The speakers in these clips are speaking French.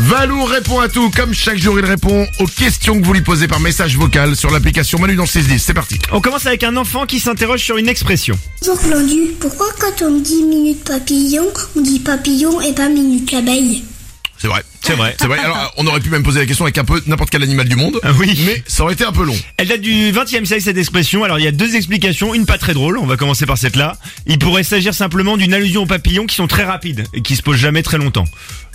Valou répond à tout. Comme chaque jour, il répond aux questions que vous lui posez par message vocal sur l'application Manu dans 610. C'est parti. On commence avec un enfant qui s'interroge sur une expression. Bonjour Glandu, pourquoi quand on dit minute papillon, on dit papillon et pas minute l'abeille C'est vrai. C'est vrai. C'est vrai. Alors, on aurait pu même poser la question avec un peu n'importe quel animal du monde. Ah oui. Mais ça aurait été un peu long. Elle date du 20e siècle cette expression. Alors il y a deux explications, une pas très drôle, on va commencer par cette là. Il pourrait s'agir simplement d'une allusion aux papillons qui sont très rapides et qui se posent jamais très longtemps.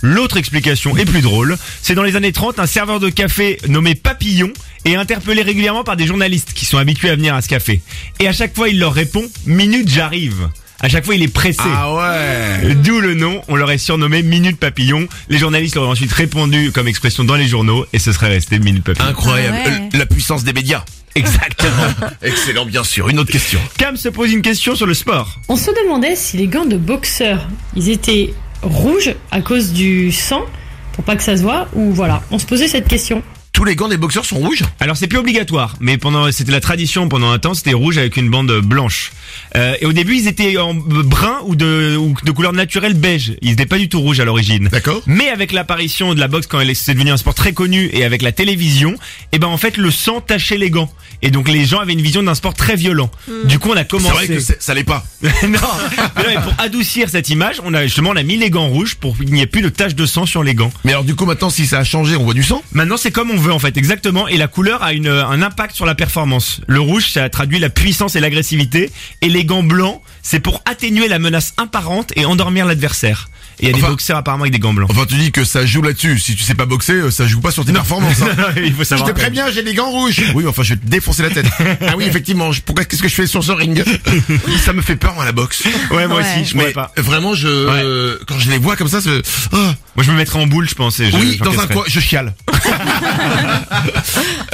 L'autre explication est plus drôle, c'est dans les années 30, un serveur de café nommé Papillon est interpellé régulièrement par des journalistes qui sont habitués à venir à ce café. Et à chaque fois il leur répond « Minute j'arrive ». À chaque fois il est pressé. Ah ouais. D'où le nom, on l'aurait surnommé Minute Papillon. Les journalistes l'auraient ensuite répondu comme expression dans les journaux et ce serait resté Minute Papillon. Incroyable. Ah ouais. Euh, La puissance des médias. Exactement. Excellent, bien sûr. Une autre question. Cam se pose une question sur le sport. On se demandait si les gants de boxeur, ils étaient rouges à cause du sang, pour pas que ça se voit, ou voilà, on se posait cette question. Tous les gants des boxeurs sont rouges Alors c'est plus obligatoire, mais pendant c'était la tradition pendant un temps, c'était rouge avec une bande blanche. Euh, et au début ils étaient en brun ou de, ou de couleur naturelle beige. Ils n'étaient pas du tout rouges à l'origine. D'accord. Mais avec l'apparition de la boxe quand elle est c'est devenu un sport très connu et avec la télévision, eh ben en fait le sang tachait les gants. Et donc les gens avaient une vision d'un sport très violent. Du coup on a C'est commencé. vrai que c'est- ça l'est pas. non, mais non, mais pour adoucir cette image, on a justement on a mis les gants rouges pour qu'il n'y ait plus de taches de sang sur les gants. Mais alors du coup maintenant si ça a changé on voit du sang Maintenant, c'est comme on veut en fait, exactement. Et la couleur a une, euh, un impact sur la performance. Le rouge, ça traduit la puissance et l'agressivité. Et les gants blancs, c'est pour atténuer la menace imparente et endormir l'adversaire. Et il y a Enfin- des boxeurs apparemment avec des gants blancs. Enfin tu dis que ça joue là-dessus. Si tu sais pas boxer euh, ça joue pas sur tes performances. hein. il faut Je savoir. te préviens, j'ai les gants rouges. Oui, mais enfin, je vais te défoncer la tête. Ah oui, effectivement. je- Pourquoi qu'est-ce que je fais sur ce ring Ça me fait peur moi, la boxe. Ouais, moi Ouais. aussi, je pourrais Mais pas. vraiment, je euh, quand je les vois comme ça, c'est- Ah, Moi, je me mettrais en boule, je pense. et je- oui, dans un j'orchestrerais. coin, je chiale.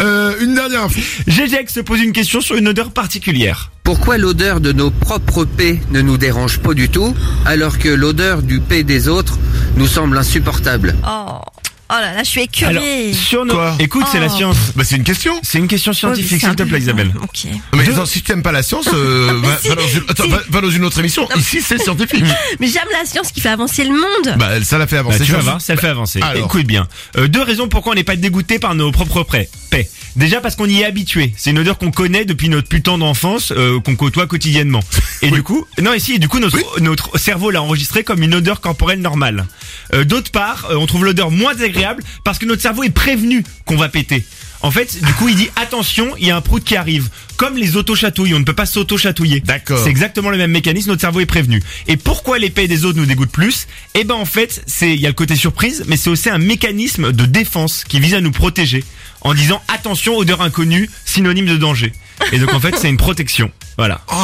Euh, une dernière. info. Gégex se pose une question sur une odeur particulière. Pourquoi l'odeur de nos propres paix ne nous dérange pas du tout, alors que l'odeur du paix des autres nous semble insupportable Oh, oh là là, je suis écœurée. sur nos... Quoi Écoute, c'est la Oh. science. Bah, c'est une question. C'est une question scientifique, s'il te plaît, Isabelle. Ok. Mais attends, si tu aimes pas la science, euh, va, si, va dans une, attends, si. va- va dans une autre émission. Ici, c'est scientifique. Mais j'aime la science qui fait avancer le monde. bah, ça l'a fait Bah, avancer. tu vas Chose. voir, ça le fait avancer. alors. Écoute bien. Euh, deux raisons pourquoi on n'est pas dégoûté par nos propres prêts. Paix. Déjà parce qu'on y est habitué. C'est une odeur qu'on connaît depuis notre putain d'enfance, euh, qu'on côtoie quotidiennement. Et du coup, non, et si, du coup, notre, notre cerveau l'a enregistré comme une odeur corporelle normale. Euh, D'autre part, euh, on trouve l'odeur moins agréable parce que notre cerveau est prévenu qu'on va péter. En fait, du coup, il dit attention, il y a un prout qui arrive. Comme les auto-chatouilles, on ne peut pas s'auto-chatouiller. D'accord. C'est exactement le même mécanisme, notre cerveau est prévenu. Et pourquoi les pays des autres nous dégoûtent plus Eh ben en fait, c'est il y a le côté surprise, mais c'est aussi un mécanisme de défense qui vise à nous protéger en disant attention odeur inconnue, synonyme de danger. Et donc en fait, c'est une protection. Voilà. Oh.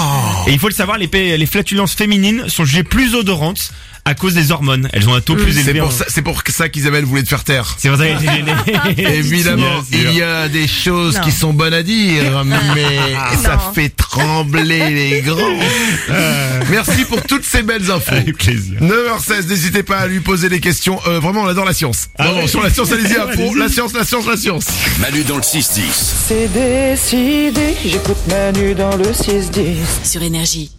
Et il faut le savoir, les, pays- les flatulences féminines sont jugées plus odorantes à cause des hormones. Elles ont un taux plus Mmh. C'est élevé. en- pour ça, c'est pour ça qu'Isabelle voulait te faire taire. C'est pour ça qu'elle était gênée. Évidemment, Bien sûr. il y a des choses Non. qui sont bonnes à dire, mais ça Non. fait trembler les grands. Euh. Merci pour toutes ces belles infos. Avec plaisir. 9h16, n'hésitez pas à lui poser des questions. Euh, vraiment, on adore la science. Ah Vraiment, ouais. sur la science, allez-y à fond. La science, la science, la science. Manu dans le 6-10. C'est décidé, j'écoute Manu dans le 6-10. sur énergie.